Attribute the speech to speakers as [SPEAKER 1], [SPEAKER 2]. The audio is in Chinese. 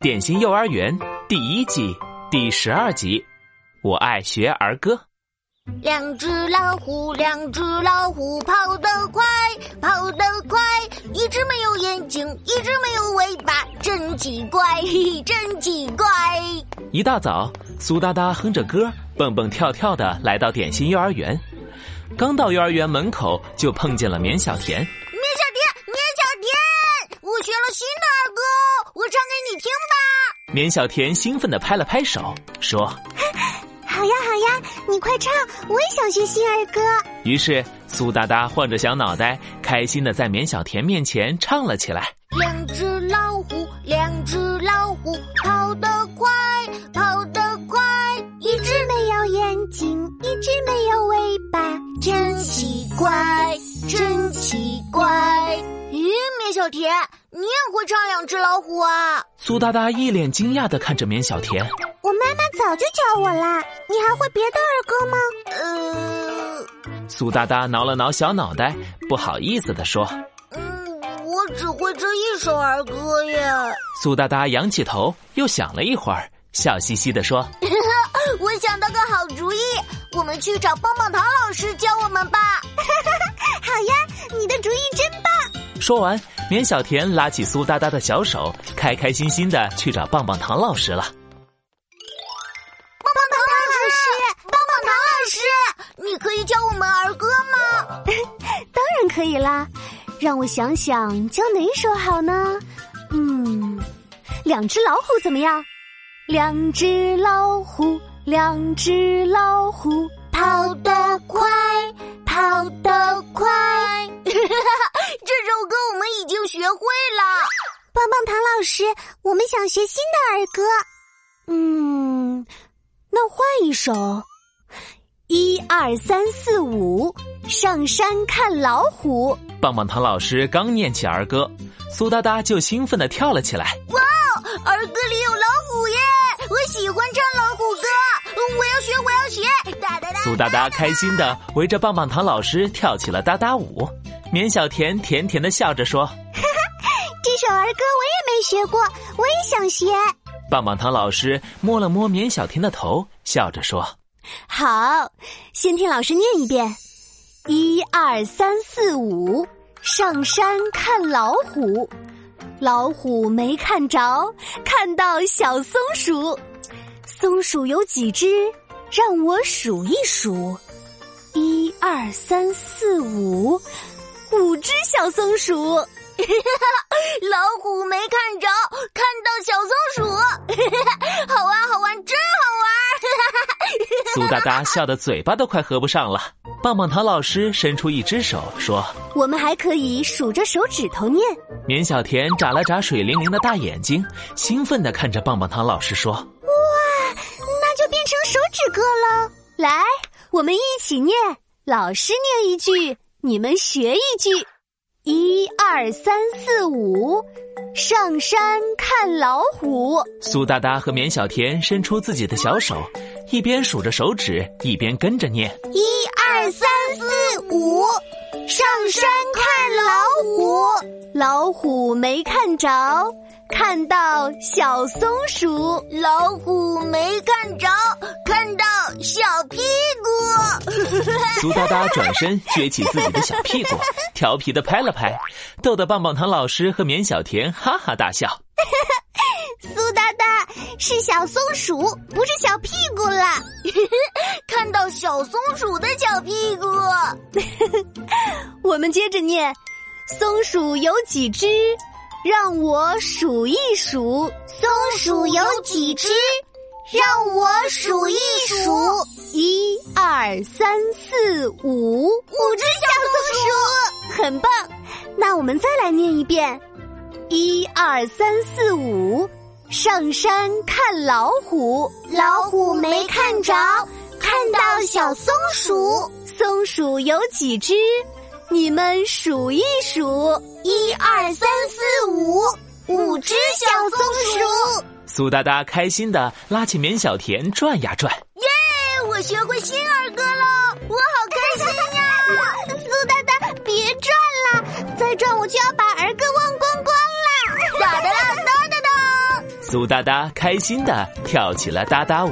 [SPEAKER 1] 点心幼儿园》第一季第十二集。我爱学儿歌。
[SPEAKER 2] 两只老虎，两只老虎跑得快，跑得快。一只没有眼睛，一只没有尾巴，真奇怪， 嘿嘿，真奇怪。
[SPEAKER 1] 一大早，苏哒哒哼着歌，蹦蹦跳跳的来到点心幼儿园。刚到幼儿园门口，就碰见了绵小田。
[SPEAKER 2] 绵小田，绵小田，我学了新的儿歌，我唱给你听吧。
[SPEAKER 1] 绵小田兴奋的拍了拍手，说。
[SPEAKER 3] 好呀好呀，你快唱，我也想学新儿歌。
[SPEAKER 1] 于是苏哒哒晃着小脑袋，开心的在绵小田面前唱了起来。
[SPEAKER 2] 两只老虎，两只老虎跑得快，跑得快。
[SPEAKER 3] 一只没有眼睛，一只没有尾巴，
[SPEAKER 2] 真奇怪，真奇怪。咦，绵小田，你也会唱两只老虎啊？
[SPEAKER 1] 苏哒哒一脸惊讶的看着绵小田。
[SPEAKER 3] 我妈妈早就教我啦，你还会别的儿歌吗？
[SPEAKER 2] 呃，
[SPEAKER 1] 苏哒哒挠了挠小脑袋，不好意思的说。
[SPEAKER 2] 嗯，我只会这一首儿歌耶。
[SPEAKER 1] 苏哒哒仰起头，又想了一会儿，笑嘻嘻的说
[SPEAKER 2] 我想到个好主意，我们去找棒棒糖老师教我们吧。
[SPEAKER 3] 好呀，你的主意真棒。：“
[SPEAKER 1] 说完，绵小田拉起苏哒哒的小手，开开心心的去找棒棒糖老师了。”
[SPEAKER 2] 棒棒糖老师，棒棒糖老师，你可以教我们儿歌吗？
[SPEAKER 3] 当然可以啦，让我想想教哪首好呢？嗯，两只老虎怎么样？两只老虎，两只老虎，
[SPEAKER 2] 跑得快，跑得快。 这首歌我们已经学会 了。
[SPEAKER 3] 棒棒糖老师，我们想学新的儿歌。嗯，那换一首。一二三四五，上山看老虎。
[SPEAKER 1] 棒棒糖老师刚念起儿歌，苏哒哒就兴奋的跳了起来。
[SPEAKER 2] 儿歌里有老虎耶！我喜欢唱老虎歌，我要学，我要学！哒哒哒！
[SPEAKER 1] 苏哒哒开心的围着棒棒糖老师跳起了哒哒舞。绵小田甜甜的笑着说
[SPEAKER 3] 这首儿歌我也没学过，我也想学。：“
[SPEAKER 1] 棒棒糖老师摸了摸绵小田的头，笑着说
[SPEAKER 3] 好，先听老师念一遍：一二三四五，上山看老虎，老虎没看着，看到小松鼠，松鼠有几只？让我数一数，一二三四五，五只小松鼠。
[SPEAKER 2] 老虎没看着，看到小松 鼠，好玩好玩，真好玩！：“
[SPEAKER 1] 苏哒哒笑得嘴巴都快合不上了。”棒棒糖老师伸出一只手说
[SPEAKER 3] 我们还可以数着手指头念。：“
[SPEAKER 1] 绵小田眨了眨水灵灵的大眼睛，兴奋的看着棒棒糖老师说
[SPEAKER 3] 那就变成手指歌喽。来，我们一起念，老师念一句，你们学一句。一二三四五，上山看老虎。：‘
[SPEAKER 1] 苏哒哒和绵小田伸出自己的小手，一边数着手指，一边跟着念。’”
[SPEAKER 2] 一二三四五，上山看老虎。
[SPEAKER 3] 老虎没看着，看到小松鼠。
[SPEAKER 2] 老虎没看着，看到小屁股。
[SPEAKER 1] 苏哒哒转身撅起自己的小屁股，调皮的拍了拍，逗得棒棒糖老师和绵小田哈哈大笑。
[SPEAKER 3] 苏哒哒是小松鼠，不是小屁股 啦。
[SPEAKER 2] 看到小松鼠的小屁股，
[SPEAKER 3] 我们接着念：松鼠有几只？让我数一数。松鼠有几只？
[SPEAKER 2] 让我数一数，五
[SPEAKER 3] 一二三四五，
[SPEAKER 2] 只小
[SPEAKER 3] 很棒。那我们再来念一遍：一二三四五，上山看老虎。
[SPEAKER 2] 老虎没看着
[SPEAKER 3] 看
[SPEAKER 2] 到小松鼠。
[SPEAKER 3] 松鼠有几只？你们数一数。一二三四五，
[SPEAKER 2] 五只小松鼠。
[SPEAKER 1] 苏哒哒开心的拉起绵小田转呀转，
[SPEAKER 2] 哎，我学会新儿歌喽，我好开心呀！
[SPEAKER 3] 苏大大，别转了，再转我就要把儿歌忘光光啦！
[SPEAKER 2] 哒哒哒哒哒哒。
[SPEAKER 1] 苏哒哒开心的跳起了哒哒舞。